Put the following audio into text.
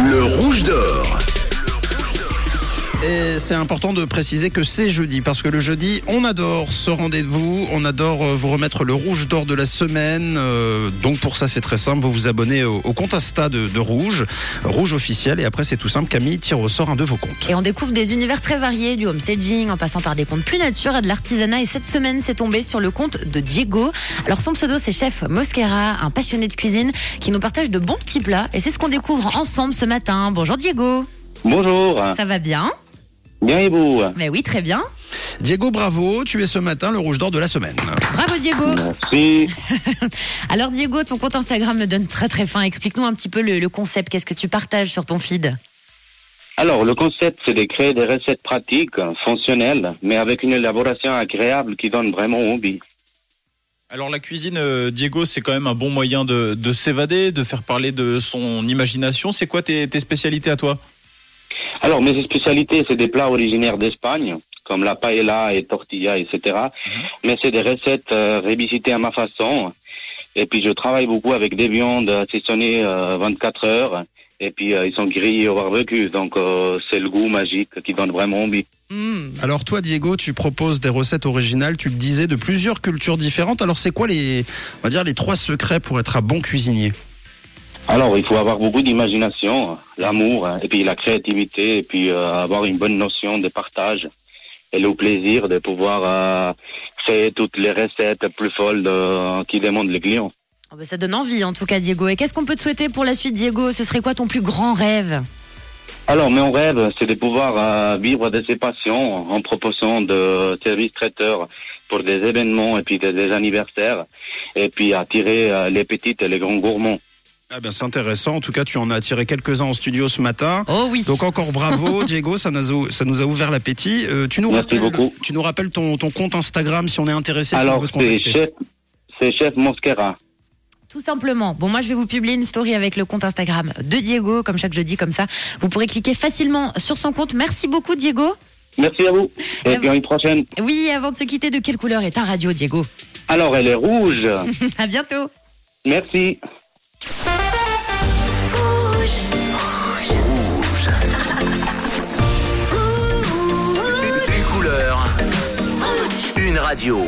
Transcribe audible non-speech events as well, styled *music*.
Le rouge d'or. Et c'est important de préciser que c'est jeudi, parce que le jeudi, on adore ce rendez-vous, on adore euh, vous remettre le rouge d'or de la semaine. Euh, donc pour ça, c'est très simple, vous vous abonnez au, au compte Insta de, de Rouge, Rouge officiel, et après c'est tout simple, Camille tire au sort un de vos comptes. Et on découvre des univers très variés, du homestaging en passant par des comptes plus nature et de l'artisanat. Et cette semaine, c'est tombé sur le compte de Diego. Alors son pseudo, c'est Chef Mosquera, un passionné de cuisine qui nous partage de bons petits plats. Et c'est ce qu'on découvre ensemble ce matin. Bonjour Diego, Bonjour, ça va bien bien et vous Mais oui, très bien. Diego, bravo, tu es ce matin le rouge d'or de la semaine. Bravo Diego. Merci. Alors Diego, ton compte Instagram me donne très très faim. Explique-nous un petit peu le, le concept. Qu'est-ce que tu partages sur ton feed Alors, le concept, c'est de créer des recettes pratiques, fonctionnelles, mais avec une élaboration agréable qui donne vraiment envie. Alors la cuisine, euh, Diego, c'est quand même un bon moyen de, de s'évader, de faire parler de son imagination. C'est quoi tes, tes spécialités à toi Alors, mes spécialités, c'est des plats originaires d'Espagne, comme la paella et tortilla, etc. Mais c'est des recettes euh, revisitées à ma façon. Et puis, je travaille beaucoup avec des viandes assaisonnées euh, 24 heures. Et puis, euh, ils sont grillés au barbecue. Donc, euh, c'est le goût magique qui donne vraiment envie. Hmm. Alors toi, Diego, tu proposes des recettes originales, tu le disais, de plusieurs cultures différentes. Alors c'est quoi les, on va dire, les trois secrets pour être un bon cuisinier Alors, il faut avoir beaucoup d'imagination, l'amour, hein, et puis la créativité, et puis euh, avoir une bonne notion de partage et le plaisir de pouvoir euh, créer toutes les recettes plus folles de- qui demandent les clients. Oh, bah, Ça donne envie en tout cas Diego. Et qu'est-ce qu'on peut te souhaiter pour la suite Diego Ce serait quoi ton plus grand rêve Alors, mon rêve, c'est de pouvoir euh, vivre de ces passions en proposant de services traiteurs pour des événements et puis des, des anniversaires, et puis attirer euh, les petites et les grands gourmands. Ah ben c'est intéressant. En tout cas, tu en as attiré quelques-uns en studio ce matin. Oh oui. Donc encore *laughs* bravo, Diego. Ça nous a, ça nous a ouvert l'appétit. Euh, tu nous Merci rappelles, beaucoup. tu nous rappelles ton, ton compte Instagram si on est intéressé. si on Alors, veut te c'est contacter. chef, c'est chef Mosquera. Tout simplement. Bon, moi, je vais vous publier une story avec le compte Instagram de Diego, comme chaque jeudi, comme ça. Vous pourrez cliquer facilement sur son compte. Merci beaucoup, Diego. Merci à vous, Et et puis à une prochaine. Oui, avant de se quitter, de quelle couleur est ta radio, Diego *laughs* Alors, elle est rouge. À bientôt. Merci. Rouge. Une couleur. Une radio.